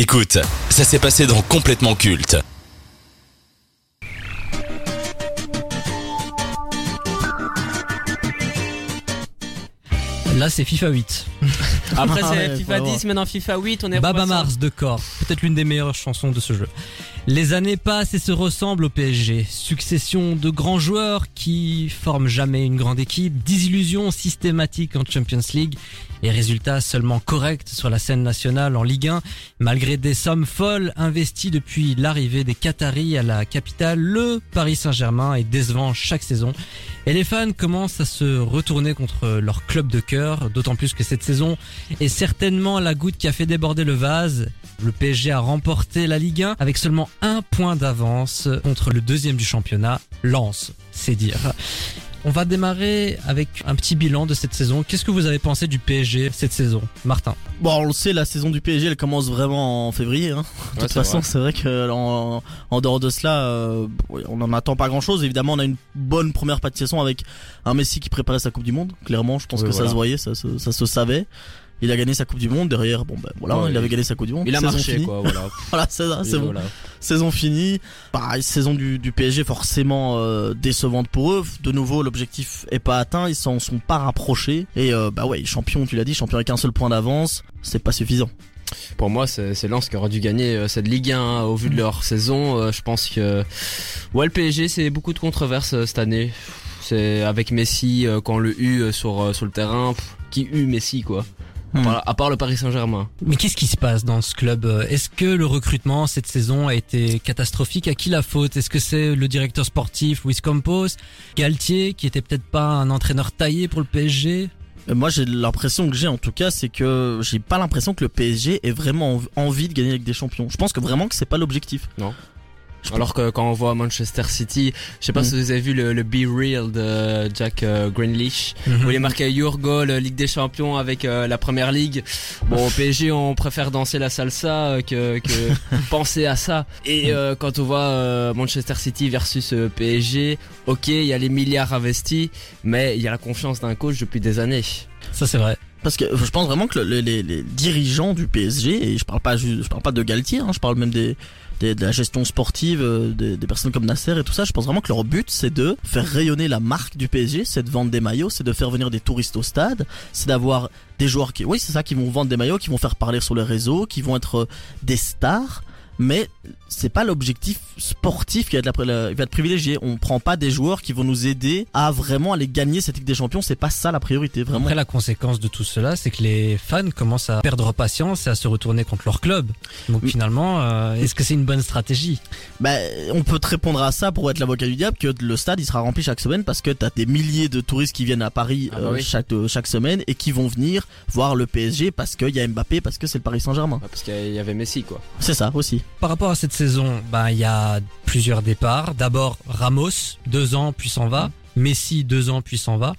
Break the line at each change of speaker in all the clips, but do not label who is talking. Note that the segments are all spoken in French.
Écoute, ça s'est passé dans Complètement Culte.
Là, c'est FIFA 8.
Après,
Ah
c'est
ouais,
FIFA
faut
10, maintenant FIFA 8, on est
Baba
repassé.
Mars de Corps, peut-être l'une des meilleures chansons de ce jeu. Les années passent et se ressemblent au PSG. Succession de grands joueurs qui forment jamais une grande équipe, désillusion systématique en Champions League et résultats seulement corrects sur la scène nationale en Ligue 1. Malgré des sommes folles investies depuis l'arrivée des Qataris à la capitale, le Paris Saint-Germain est décevant chaque saison. Et les fans commencent à se retourner contre leur club de cœur, d'autant plus que cette saison, et certainement la goutte qui a fait déborder le vase. Le PSG a remporté la Ligue 1 avec seulement un point d'avance contre le deuxième du championnat, Lens, c'est dire. On va démarrer avec un petit bilan de cette saison. Qu'est-ce que vous avez pensé du PSG cette saison, Martin
Bon, on le sait, la saison du PSG, elle commence vraiment en février. Hein. De toute façon, c'est vrai que euh, en, en dehors de cela, euh, oui, on n'en attend pas grand-chose. Évidemment, on a une bonne première partie de saison avec un Messi qui préparait sa Coupe du Monde. Clairement, je pense
Oui,
que ça
voilà.
se voyait, ça, se- ça se savait. Il a gagné sa Coupe du Monde. Derrière, bon, ben voilà,
Ouais,
il avait
il-
gagné sa Coupe du Monde.
Il a
Saison
marché
finie.
quoi, voilà.
Voilà, c'est ça, c'est
Et
bon.
voilà.
Saison finie. Pareil, saison du, du PSG forcément euh, décevante pour eux. De nouveau, l'objectif est pas atteint. Ils s'en sont pas rapprochés. Et euh, bah ouais, champion, tu l'as dit, champion avec un seul point d'avance, c'est pas suffisant.
Pour moi, c'est c'est Lens qui aurait dû gagner euh, cette Ligue 1 hein, au
Mm.
vu de leur saison. Euh, je pense que ouais, le PSG, c'est beaucoup de controverses euh, cette année. C'est avec Messi euh, quand le U euh, sur euh, sur le terrain, pff, qui U Messi quoi.
Hmm.
Voilà, à part le Paris Saint-Germain.
Mais qu'est-ce qui se passe dans ce club Est-ce que le recrutement cette saison a été catastrophique À qui la faute Est-ce que c'est le directeur sportif Luis Campos Galtier, qui était peut-être pas un entraîneur taillé pour le PSG
Euh, Moi, j'ai l'impression que j'ai en tout cas, c'est que j'ai pas l'impression que le PSG ait vraiment env- envie de gagner avec des champions. Je pense que vraiment que c'est pas l'objectif.
Alors que quand on voit Manchester City, je sais pas
Mm.
Hmm.
si vous avez vu le, le Be Real de Jack euh, Grealish. Vous voulez marquer your goal, euh, Ligue des Champions avec euh, la Première Ligue. Bon, au PSG, on préfère danser la salsa euh, que, que penser à ça. Et euh, quand on voit euh, Manchester City versus euh, PSG, ok, il y a les milliards investis, mais il y a la confiance d'un coach depuis des années.
Ça c'est vrai.
Parce que euh, je pense vraiment que le- les, les dirigeants du PSG, et je parle pas, ju- je parle pas de Galtier, hein, je parle même des, des- de la gestion sportive, euh, des, des personnes comme Nasser et tout ça, je pense vraiment que leur but c'est de faire rayonner la marque du PSG, c'est de vendre des maillots, c'est de faire venir des touristes au stade, c'est d'avoir des joueurs qui, oui c'est ça, qui vont vendre des maillots, qui vont faire parler sur les réseaux, qui vont être euh, des stars. Mais c'est pas l'objectif sportif qui va être, la- la- qui va être privilégié. On prend pas des joueurs qui vont nous aider à vraiment aller gagner cette Ligue des Champions. C'est pas ça la priorité, vraiment.
Après, la conséquence de tout cela, c'est que les fans commencent à perdre patience et à se retourner contre leur club. Donc
Mm.
finalement, euh, est-ce que c'est une bonne stratégie
Bah, on peut te répondre à ça pour être l'avocat du diable que le stade il sera rempli chaque semaine parce que t'as des milliers de touristes qui viennent à Paris
Ah bah
euh,
oui.
chaque euh, chaque semaine et qui vont venir voir le PSG parce qu'il y a Mbappé parce que c'est le Paris Saint-Germain.
Ouais, parce qu'il y avait Messi, quoi.
C'est ça aussi.
Par rapport à cette saison, ben, il y a plusieurs départs. D'abord, Ramos, deux ans, puis s'en va. Messi, deux ans, puis s'en va.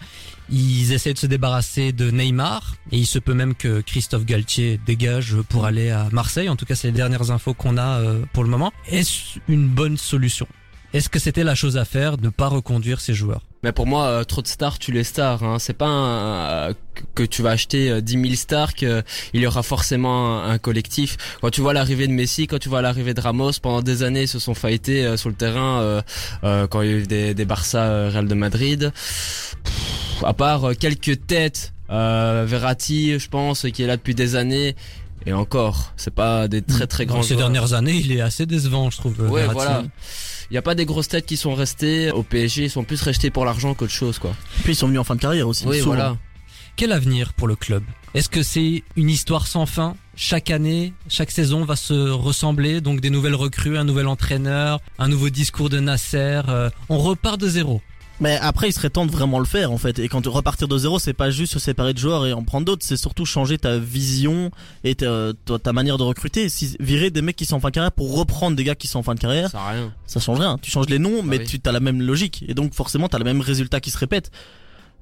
Ils essaient de se débarrasser de Neymar. Et il se peut même que Christophe Galtier dégage pour aller à Marseille. En tout cas, c'est les dernières infos qu'on a euh, pour le moment. Est-ce une bonne solution Est-ce que c'était la chose à faire de ne pas reconduire ces joueurs
Mais pour moi, euh, trop de stars, tu les stars. Hein. C'est pas un, euh, que tu vas acheter euh, 10 000 stars qu'il y aura forcément un, un collectif. Quand tu vois l'arrivée de Messi, quand tu vois l'arrivée de Ramos, pendant des années, ils se sont fightés euh, sur le terrain euh, euh, quand il y a eu des, des Barça, euh, Real de Madrid. Pff, à part euh, quelques têtes, euh, Verratti, je pense, qui est là depuis des années. Et encore, c'est pas des très très grands
Ces
joueurs.
dernières années, il est assez décevant, je trouve.
Ouais,
Verratti.
voilà. Il n'y a pas des grosses têtes qui sont restées au PSG, ils sont plus restés pour l'argent qu'autre chose, quoi.
Puis ils sont venus en fin de carrière aussi.
Oui,
souvent.
voilà.
Quel avenir pour le club Est-ce que c'est une histoire sans fin Chaque année, chaque saison va se ressembler, donc des nouvelles recrues, un nouvel entraîneur, un nouveau discours de Nasser. euh, on repart de zéro.
Mais après, il serait temps de vraiment le faire en fait. Et quand repartir de zéro, c'est pas juste se séparer de joueurs et en prendre d'autres. C'est surtout changer ta vision et ta, ta- ta manière de recruter. Si, virer des mecs qui sont en fin de carrière pour reprendre des gars qui sont en fin de carrière.
Ça sert à rien.
ça change rien. Tu changes les noms, mais
Bah oui.
tu as la même logique. Et donc, forcément, tu as le même résultat qui se répète.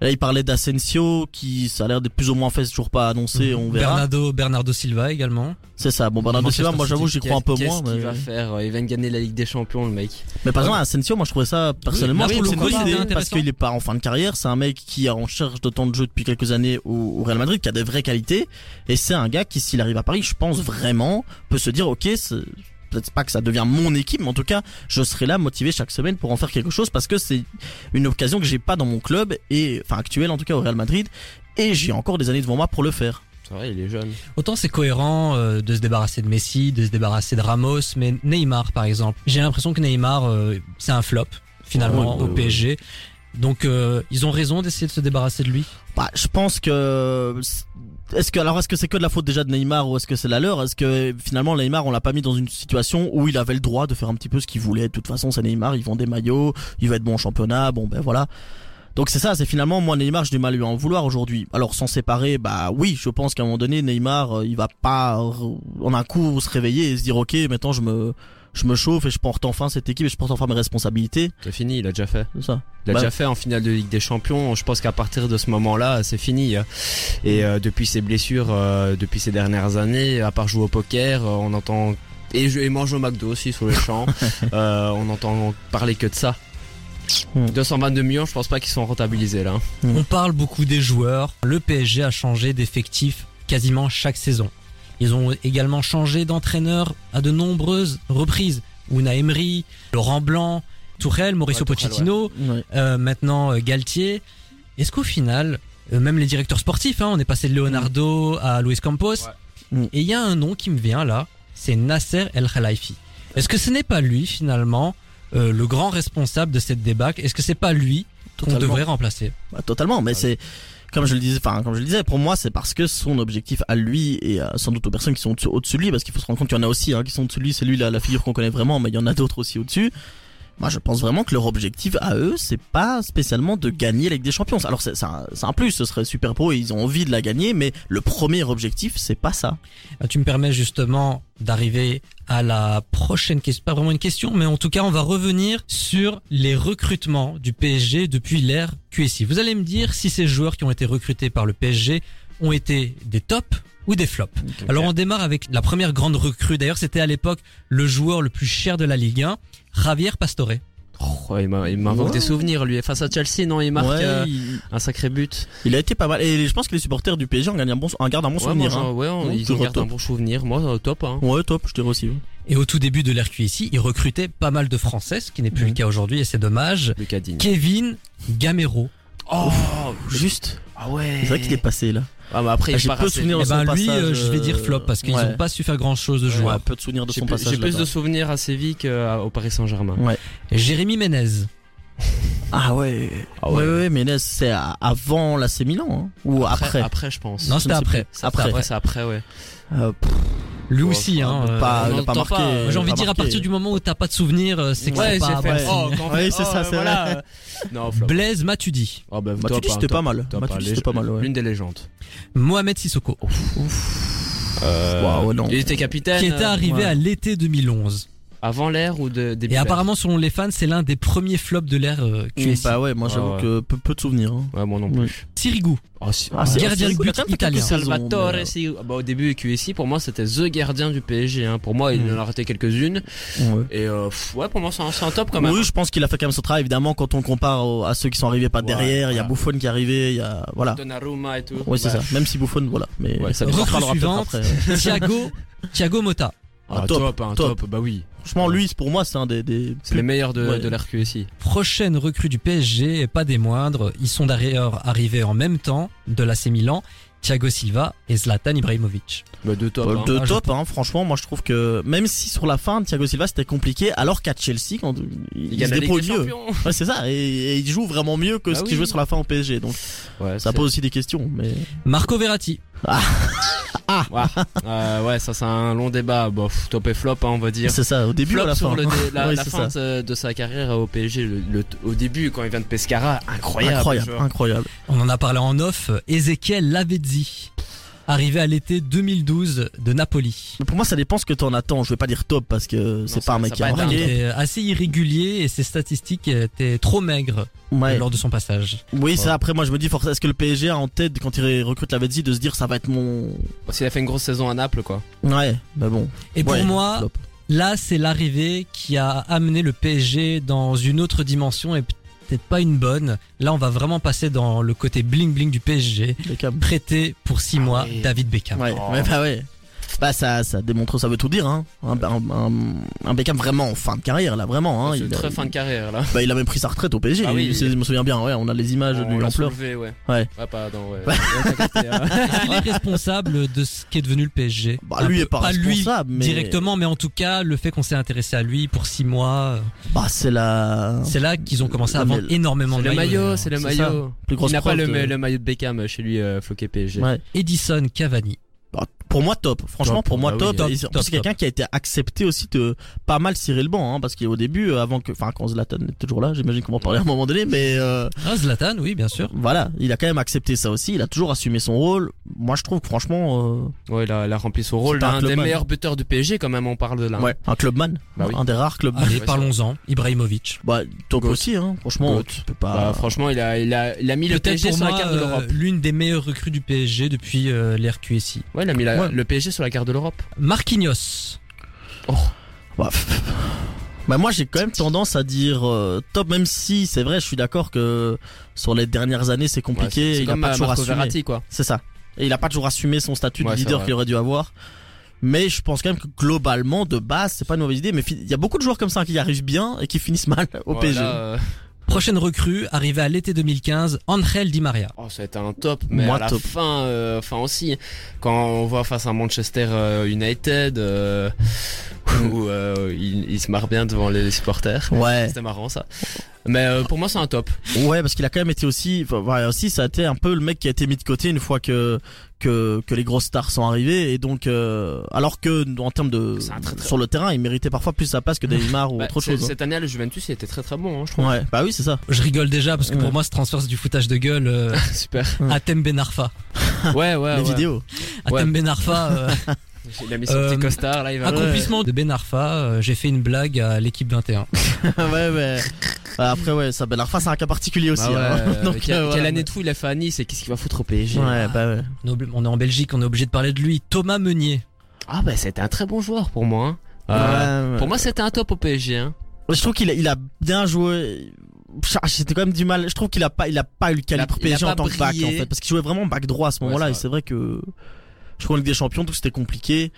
Là, il parlait d'Asensio, qui ça a l'air d'être plus ou moins fait, c'est toujours pas annoncé,
Mhm.
on verra.
Bernardo, Bernardo Silva également.
C'est ça. Bon, Bernardo
Manchester
Silva, moi j'avoue, j'y
City,
crois un peu
qu'est-ce
moins.
qu'il
Mais...
va faire Il vient de gagner la Ligue des Champions, le mec.
mais par exemple, Asensio, moi je trouvais ça personnellement,
Oui,
je trouve
pour
que
le
bah
coup, c'était
c'est une bonne idée parce
intéressant.
qu'il est pas en fin de carrière. C'est un mec qui est en charge de temps de jeu depuis quelques années au, au Real Madrid, qui a des vraies qualités, et c'est un gars qui, s'il arrive à Paris, je pense vraiment peut se dire, ok, c'est- peut-être pas que ça devient mon équipe, mais en tout cas, je serai là motivé chaque semaine pour en faire quelque chose parce que c'est une occasion que j'ai pas dans mon club et enfin actuel en tout cas au Real Madrid, et j'ai encore des années devant moi pour le faire.
C'est vrai, il est jeune.
Autant c'est cohérent euh, de se débarrasser de Messi, de se débarrasser de Ramos, mais Neymar par exemple, j'ai l'impression que Neymar euh, c'est un flop finalement
Ah Ouais, ouais,
au
ouais.
PSG. Donc euh, ils ont raison d'essayer de se débarrasser de lui.
Bah, je pense que est-ce que alors est-ce que c'est que de la faute déjà de Neymar ou est-ce que c'est la leur Est-ce que finalement Neymar on l'a pas mis dans une situation où il avait le droit de faire un petit peu ce qu'il voulait De toute façon, c'est Neymar, il vend des maillots, il va être bon en championnat, bon ben voilà. Donc c'est ça, c'est finalement moi Neymar, j'ai du mal à lui en vouloir aujourd'hui. Alors sans séparer, bah oui, je pense qu'à un moment donné Neymar, euh, il va pas euh, en un coup se réveiller et se dire OK, maintenant je me je me chauffe et je porte enfin cette équipe et je porte enfin mes responsabilités,
C'est fini, il a déjà fait.
c'est ça.
Il a
Bah-
déjà fait en finale de Ligue des Champions. Je pense qu'à partir de ce moment-là, c'est fini. Et euh, depuis ses blessures, euh, depuis ces dernières années, à part jouer au poker, euh, on entend et, je, et mange au McDo aussi sur le champ. Euh, on entend parler que de ça.
Hmm.
222 millions, je pense pas qu'ils sont rentabilisés là. hein.
Mm.
On parle beaucoup des joueurs. Le PSG a changé d'effectif quasiment chaque saison. Ils ont également changé d'entraîneur à de nombreuses reprises. Una Emery, Laurent Blanc, Tourelle, Mauricio
Ouais, Tourelle,
Pochettino,
Ouais.
euh, maintenant euh, Galtier. Est-ce qu'au final, euh, même les directeurs sportifs, hein, on est passé de Leonardo à Luis Campos,
Mm.
et il y a un nom qui me vient là, c'est Nasser El Khelaifi. Est-ce que ce n'est pas lui finalement euh, le grand responsable de cette débâcle Est-ce que c'est pas lui qu'on
Totalement.
devrait remplacer
Bah, totalement, mais c'est comme je le disais, enfin comme je le disais, pour moi c'est parce que son objectif à lui et euh, sans doute aux personnes qui sont au-dessus- au-dessus de lui, parce qu'il faut se rendre compte qu'il y en a aussi hein, qui sont au-dessus de lui, c'est lui la, la figure qu'on connaît vraiment, mais il y en a d'autres aussi au-dessus. Moi je pense vraiment que leur objectif à eux c'est pas spécialement de gagner la Ligue des Champions. Alors c'est c'est un, c'est un plus, ce serait super pro et ils ont envie de la gagner, mais le premier objectif c'est pas ça.
Ah, Tu me permets justement d'arriver à la prochaine question, pas vraiment une question, mais en tout cas on va revenir sur les recrutements du PSG depuis l'ère QSI. Vous allez me dire si ces joueurs qui ont été recrutés par le PSG ont été des tops ou des flops. Alors on démarre avec la première grande recrue, d'ailleurs c'était à l'époque le joueur le plus cher de la Ligue 1, Javier Pastore.
Oh, il m'a- il m'invoque
Ouais.
des souvenirs lui. Et Face à Chelsea, non, il marque
Ouais,
euh,
il,
un sacré but.
il a été pas mal et je pense que les supporters du PSG en gardent un bon, en gardent un bon
ouais, moi,
souvenir. hein.
j'en- ouais, on-
Bon,
ils en
toujours
gardent un
top.
bon souvenir. Moi, euh, top. Hein.
hein. Ouais top, je dirais aussi. ouais.
Et au tout début de l'ère QSI, il recrutait pas mal de Français, ce qui n'est plus le
Mhm.
cas aujourd'hui et c'est dommage.
Lucas Digne.
Kevin Gamero.
Oh,
Juste,
ah ouais.
c'est vrai qu'il est passé là.
Ah, mais après,
Ah,
il
j'ai
part
peu
à
de souvenirs
Eh
de son
ben lui,
passage,
euh, je vais
euh,
dire flop parce qu'ils
ouais.
ont pas su faire grand chose de
Ouais,
joueur.
peu de souvenirs de
J'ai
son
plus,
passage.
j'ai plus
là-bas.
de souvenirs à Séville qu'au Paris Saint-Germain.
Jérémy Ménez.
Ah ouais.
Ah
ouais.
ouais.
ouais, mais là, c'est à- avant l'AC Milan hein, ou après.
Après, je pense.
Non,
je
c'était
ne sais
après.
C'est
après.
c'est après, ouais.
Euh, pff,
Lui
Ouais,
aussi, hein. euh,
pas, il
on
a pas
n'entend
marqué.
pas, euh,
moi, J'ai envie de
pas
dire, à
marqué.
partir du moment où t'as pas de souvenir, euh, c'est que c'est pas.
fait-
bon
oh,
signe.
quand- Oui, c'est ça, c'est
voilà. Non, flop.
Blaise Matuidi,
Oh, bah,
Matuidi,
top, hein,
c'était
top,
pas mal.
top,
Matuidi,
hein,
c'était
les-
pas mal, ouais.
L'une des légendes.
Mohamed Sissoko,
Waouh, non.
Il était capitaine.
qui était
euh,
arrivé
ouais.
à l'été 2011.
avant l'ère ou de, début
Et
l'ère
apparemment, selon les fans, c'est l'un des premiers flops de l'ère euh, QSI.
Bah ouais, moi
Ah
j'avoue
ouais.
que peu, peu de souvenirs. hein.
Ouais, moi non
Oui.
plus.
Sirigu,
Oh, si-
Ah, c'est-
gardien de
c'est-
but
c'est- c'est-
italien.
c'est-
Salvatore,
mais, euh,
si- bah, au début, QSI, pour moi, c'était The Gardien du PSG. Hein. Pour moi, il
Hmm.
en a raté quelques-unes.
ouais.
Et euh, pff, ouais, pour moi, c'est un, c'est un top quand même.
Oui, je pense qu'il a fait quand même son travail. Évidemment, quand on compare au- à ceux qui sont arrivés pas
Ouais,
derrière, il y a
voilà.
Buffon qui est arrivé, il y a voilà.
Donnarumma et tout. Bah,
Oui, c'est
Ouais.
ça. Même si Buffon, voilà. Mais
Ouais, ça
on en
Recrue
reparlera peut-être
suivante.
après. ouais.
Thiago, Thiago Mota.
Ah,
Ah,
top,
top,
hein,
top.
top. Bah oui.
Franchement, lui, c'est- pour moi, c'est un des. des
C'est les meilleurs de,
Ouais.
de l'RQSI.
Prochaine recrue du PSG, et pas des moindres. Ils sont d'ailleurs arrivés en même temps de l'AC Milan, Thiago Silva et Zlatan Ibrahimovic.
Bah, deux top.
Paul
hein.
de
Ah,
top, hein, franchement, moi je trouve que même si sur la fin Thiago Silva c'était compliqué, alors qu'à Chelsea quand il, il
gagne
se
la Ligue
débrouille
des
mieux.
Champions.
Ouais, c'est ça, et, et il joue vraiment mieux que
Bah
ce qu'il
oui.
jouait sur la fin au PSG, donc
Ouais,
ça
c'est-
pose aussi des questions. Mais
Marco Verratti,
Ouais, Euh, ouais, ça c'est un long débat. Bof, top et flop, hein, on va dire.
c'est ça, au début ou à
Flop
la
sur
fin.
le dé- la,
Oui,
la
c'est
fin
ça.
de, de sa carrière au PSG, le- le- au début quand il vient de Pescara, incroyable.
Incroyable,
genre.
incroyable.
on en a parlé en off, Ezekiel Lavezzi. arrivé à l'été 2012 de Napoli.
Mais Pour moi, ça dépend ce que t'en attends. Je vais pas dire top parce que c'est
ça-
pas un
ça
mec
va
qui a
pas être
Il
dingue.
marqué.
était assez irrégulier et ses statistiques étaient trop maigres
Ouais.
lors de son passage.
Oui, ça après, moi je me dis, forcément, est-ce que le PSG a en tête quand il recrute la Lavezzi de se dire ça va être mon.
Parce qu'il a fait une grosse saison à Naples, quoi.
Ouais, bah bon.
Et pour
Ouais,
moi,
flop.
là, c'est l'arrivée qui a amené le PSG dans une autre dimension et peut-être pas une bonne. Là, on va vraiment passer dans le côté bling bling du PSG.
Beckham.
Prêté pour 6 mois,
oui.
David Beckham.
Ah Ouais,
Oh.
ouais, bah ouais. Bah ça, ça démontre, ça veut tout dire. Hein. Un, un- un- un Beckham vraiment en fin de carrière là, vraiment. Hein.
C'est une
Il,
très
a,
fin de carrière, là.
bah, il a même pris sa retraite au PSG.
Ah oui,
il-
il- Oh,
je me souviens bien. Ouais, on a les images de
On l'a
l'ampleur.
soulevé, ouais.
Ouais.
Ouais, pas dans, ouais. euh,
Est-ce qu'il est responsable de ce qu'est devenu le PSG
Bah
Un
lui
Ah,
est
peu-
pas,
lui
responsable, mais
directement, mais en tout cas, le fait qu'on s'est intéressé à lui pour 6 mois,
Bah c'est la
c'est là qu'ils ont commencé à
Mais
vendre
le-
énormément
C'est
de
le maillot,
maillots.
c'est le
c'est
maillot.
plus grosse
Il n'a pas
preuve
le,
de-
ma- le maillot de Beckham euh, chez lui, euh, floqué PSG.
Ouais. Bah,
Edison Cavani.
Pour moi top. Franchement
Top.
pour moi
Ah oui,
top.
top,
Et c'est- en
top,
plus, c'est quelqu'un qui a été accepté aussi de pas mal cirer le banc, hein, parce qu'au début, euh, avant que, enfin quand Zlatan est toujours là, j'imagine qu'on va en parler à un moment donné, mais. euh,
Ah, Zlatan, oui, bien sûr.
Voilà, il a quand même accepté ça aussi, il a toujours assumé son rôle. Moi je trouve que franchement, euh,
Ouais, il a, il a rempli son rôle.
pas un
L'un des
clubman.
meilleurs buteurs du PSG, quand même, on parle de là. hein.
euh, ouais, un clubman,
Bah oui.
un des rares clubman.
Allez,
Ouais,
parlons-en. Ibrahimovic.
Bah top
Goat.
aussi, hein. franchement,
Goat.
tu peux pas...
Bah, franchement, il a, il a, il a mis le
Peut-être
PSG
pour
sur la
moi,
carte de l'Europe.
euh, l'une des meilleures recrues du PSG depuis euh, l'ère QSI.
Ouais, il a mis la-
Ouais.
le PSG sur la carte de l'Europe.
Marquinhos.
Bah, pff. Bah, moi j'ai quand même tendance à dire euh, top, même si c'est vrai, je suis d'accord que sur les dernières années c'est compliqué,
Ouais, c'est
il a
comme,
pas
euh,
toujours
Marco
assumé.
Verratti, quoi.
C'est ça. Et il a pas toujours assumé son statut de
Ouais, c'est
leader
vrai.
qu'il aurait dû avoir. Mais je pense quand même que globalement, de base, c'est pas une mauvaise idée. Mais fi- il y a beaucoup de joueurs comme ça qui arrivent bien et qui finissent mal au
Voilà,
PSG.
euh,
Prochaine recrue, arrivée à l'été 2015, Angel Di Maria.
Oh, ça a été un top, mais
Moi,
à la
top.
fin, euh, fin aussi, quand on voit face à Manchester euh, United, euh,
Mm.
où euh, il, il se marre bien devant les supporters.
Ouais.
C'était marrant ça. Mais euh, pour moi, c'est un top.
Ouais, parce qu'il a quand même été aussi, enfin, ouais, aussi, ça a été un peu le mec qui a été mis de côté une fois que que, que les grosses stars sont arrivées et donc euh, alors que en termes de
C'est un très, très-
sur le terrain, il méritait parfois plus sa place que Neymar ou
Bah,
autre
c'est-
chose. hein.
Cette année, le Juventus, il était très très bon, hein, je trouve.
Ouais, bah oui, c'est ça.
Je rigole déjà parce que
Ouais.
pour moi ce transfert c'est du foutage de gueule euh,
Super.
à Ben Thème Benarfa.
Ouais, Ah, ouais.
les
ouais.
vidéos.
À
Ouais.
Thème Benarfa, euh,
Il a mis son
Euh,
petit costard là, il va.
accomplissement de Benarfa, euh, j'ai fait une blague à l'équipe 21.
ouais, mais après ouais, ça Ben Arfa, c'est un cas particulier aussi.
Bah ouais,
hein.
euh,
donc
quelle,
euh,
quelle
voilà.
année de fou il a fait à Nice et qu'est-ce qu'il va foutre au PSG
Ouais, bah ouais.
On est obli- on est en Belgique, on est obligé de parler de lui. Thomas Meunier.
Ah bah c'était un très bon joueur pour moi. hein. Euh,
Ouais, ouais.
Pour moi c'était un top au PSG. Hein.
Je trouve qu'il a, il a bien joué. J'étais quand même du mal. Je trouve qu'il a pas, il a pas eu le calibre
Il a- il a
PSG en
pas
tant que back en
brillé.
fait, parce qu'il jouait vraiment back droit à ce
Ouais,
moment-là.
c'est
et
vrai.
c'est vrai que je crois en Ligue des Champions, donc c'était compliqué.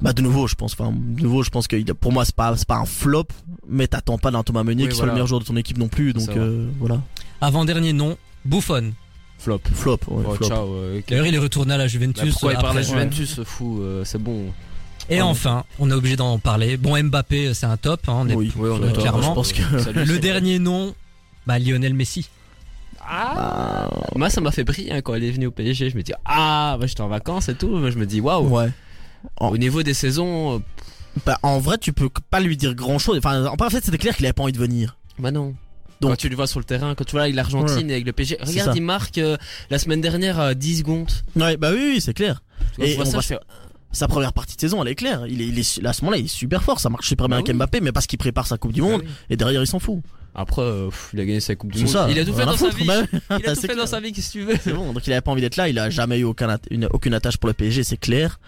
Bah de nouveau, je pense. Enfin, de nouveau, je pense que il a- pour moi c'est pas, c'est pas un flop, mais t'attends pas d'un Thomas Meunier
Oui,
qui soit
voilà.
le meilleur joueur de ton équipe non plus. Donc
C'est vrai.
euh, voilà,
Avant-dernier nom, Buffon.
Flop.
flop. ouais,
Oh,
flop.
ciao. euh,
D'ailleurs il est retourné à la
Bah,
Juventus.
pourquoi il parle à
après.
Juventus ce fou euh, C'est bon.
Et enfin, on est obligé d'en parler. Bon Mbappé c'est un top, hein, on est-
Oui,
Oui, on
Ouais,
est
clairement.
Je pense que-
Le dernier nom, bah Lionel Messi.
Ah, moi ça m'a fait briller hein, quand il est venu au PSG. Je me dis ah, bah, j'étais en vacances et tout. Moi, je me dis waouh.
ouais.
Au niveau des saisons, euh,
Bah, en vrai, tu peux pas lui dire grand chose. Enfin, en fait, c'était clair qu'il avait pas envie de venir.
bah non.
Donc-
quand tu le vois sur le terrain, quand tu vois avec l'Argentine et avec le PSG,
C'est
regarde,
ça.
il marque euh, la semaine dernière à 10 secondes.
Ouais, bah oui, oui, c'est clair.
Tu vois,
Et
je vois
on
ça,
va-
je fais,
Sa première partie de saison, elle est claire. Il est, il est, là, à ce moment-là, il est super fort. Ça marche super bien
Bah
avec
oui.
Mbappé, mais parce qu'il prépare sa Coupe du Monde et derrière, il s'en fout.
Ah Après, euh, pff, il a gagné sa Coupe du
C'est
Monde.
ça.
Il a tout fait
Rien à
dans sa
foutre,
vie.
bah
Il a
c'est
tout fait dans
clair.
sa vie, qu'est-ce que tu veux
C'est bon. Donc, il avait pas envie d'être là. Il a jamais eu aucun at- une- aucune attache pour le PSG, c'est clair.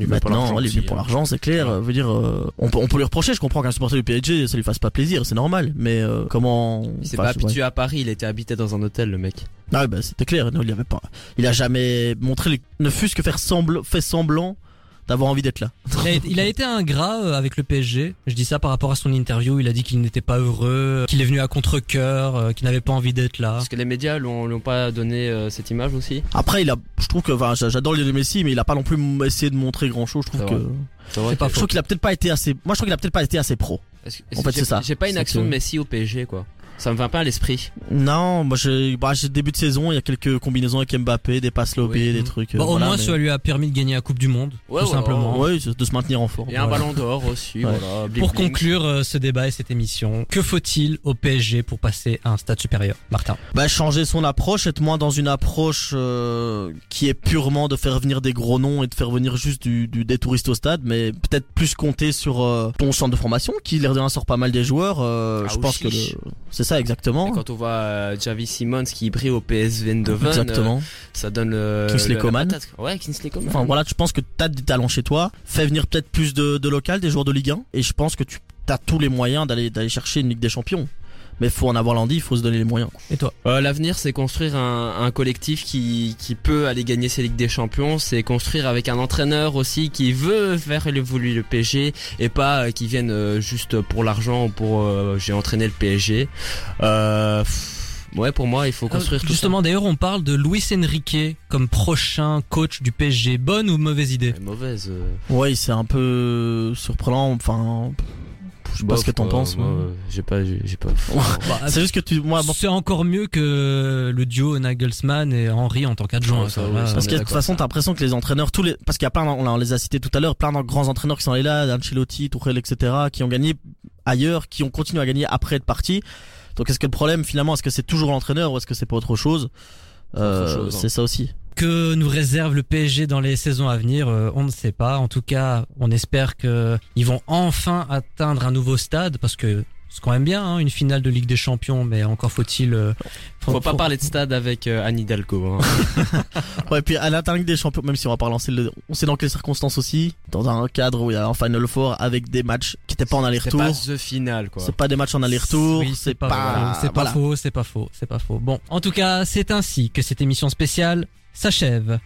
Il est venu pour
Maintenant,
l'argent
ouais, il est venu
aussi,
pour
hein.
l'argent, c'est clair. Euh, veut dire, euh, on, peut, on peut lui reprocher. Je comprends qu'un supporter du PSG, ça lui fasse pas plaisir, c'est normal. Mais euh, comment
Il s'est
enfin,
pas
je sais
habitué à Paris, il était habité dans un hôtel, le mec.
Ah ouais, bah c'était clair, non, il avait pas. Il a jamais montré les- ne fût-ce que faire semblant, fait semblant d'avoir envie d'être là.
Il a, il a été ingrat euh, avec le PSG. Je dis ça par rapport à son interview. Il a dit qu'il n'était pas heureux, euh, qu'il est venu à contre-coeur, euh, qu'il n'avait pas envie d'être là.
Parce que les médias l'ont l'ont pas donné euh, cette image aussi.
Après, il a, je trouve que, enfin, j'a- j'adore Lionel Messi, mais il a pas non plus m- essayé de montrer grand chose. Je trouve
C'est
que,
vrai. C'est vrai
C'est
que-
pas
je trouve qu'il a peut-être pas été assez. Moi, je trouve qu'il a peut-être pas été assez pro.
Est-ce que-
En fait,
j'ai-
c'est ça.
J'ai pas une
C'est
action
que-
de Messi au PSG, quoi. Ça me vient pas à l'esprit.
Non, moi j'ai bah, j'ai début de saison, il y a quelques combinaisons avec Mbappé, des passes lobées,
Oui.
des trucs. euh,
Bon, au
voilà,
moins,
mais-
ça lui a permis de gagner la Coupe du Monde,
Ouais,
tout
ouais,
simplement.
Ouais, de se maintenir en forme.
Et un
voilà.
ballon d'or aussi,
Ouais.
voilà. bling
Pour
bling.
conclure euh, ce débat et cette émission, que faut-il au PSG pour passer à un stade supérieur, Martin
bah, changer son approche, être moins dans une approche euh, qui est purement de faire venir des gros noms et de faire venir juste du, du- des touristes au stade, mais peut-être plus compter sur euh, ton centre de formation qui l'air de rien sort pas mal des joueurs. euh,
Ah,
je pense que le-
aussi.
c'est ça
Et
exactement.
quand on voit euh, Javi Simons qui brille au PSV Eindhoven, euh,
Exactement.
ça donne le.
Kingsley
le- la
Coman.
patate, quoi. Ouais, Kingsley Coman.
Enfin voilà, je pense que t'as des talents chez toi. Fais venir peut-être plus de, de local, des joueurs de Ligue 1, et je pense que tu as tous les moyens d'aller d'aller chercher une Ligue des Champions. Mais faut en avoir l'envie, il faut se donner les moyens.
Et toi
Euh, L'avenir, c'est construire un, un collectif qui, qui peut aller gagner ses Ligues des Champions. C'est construire avec un entraîneur aussi qui veut faire évoluer le PSG et pas euh, qui viennent euh, juste pour l'argent ou pour euh, j'ai entraîné le PSG. Euh, pff, ouais, pour moi, il faut construire tout
Euh, Justement, d'ailleurs, on parle de Luis Enrique comme prochain coach du PSG. Bonne ou mauvaise idée
ça. Elle est mauvaise. euh,
Ouais, c'est un peu surprenant. Enfin, je sais pas
bof,
ce que t'en
quoi.
penses.
Moi,
mais-
euh, J'ai pas, j'ai j'ai pas. bah,
C'est juste que tu, moi, bon,
C'est encore mieux que le duo Nagelsmann et Henry en tant qu'adjoint.
Ouais, ça,
ça,
oui,
là,
ça,
euh,
parce que de toute
d'accord.
façon, t'as l'impression que les entraîneurs, tous les, parce qu'il y a plein, on les a cités tout à l'heure, plein de grands entraîneurs qui sont allés là, Ancelotti, Tourelle, etc., qui ont gagné ailleurs, qui ont continué à gagner après être partis. Donc, est-ce que le problème, finalement, est-ce que c'est toujours l'entraîneur ou est-ce que c'est pas autre chose?
autre
Euh,
chose, hein.
c'est ça aussi.
Que nous réserve le PSG dans les saisons à venir, euh, on ne sait pas. En tout cas, on espère que euh, ils vont enfin atteindre un nouveau stade parce que c'est quand même bien, hein, une finale de Ligue des Champions, mais encore faut-il. euh,
Faut pas
faut-
parler de stade avec euh, Anne Hidalgo. hein.
Ouais, puis à l'intérieur des champions, même si on va pas lancer le, on sait dans quelles circonstances aussi, dans un cadre où il y a un Final Four avec des matchs qui étaient pas en
C'est pas
aller-retour.
the final quoi.
C'est pas des matchs en aller-retour,
Oui,
c'est pas,
voilà, c'est pas
voilà.
faux, c'est pas faux, c'est pas faux. Bon, en tout cas, c'est ainsi que cette émission spéciale s'achève.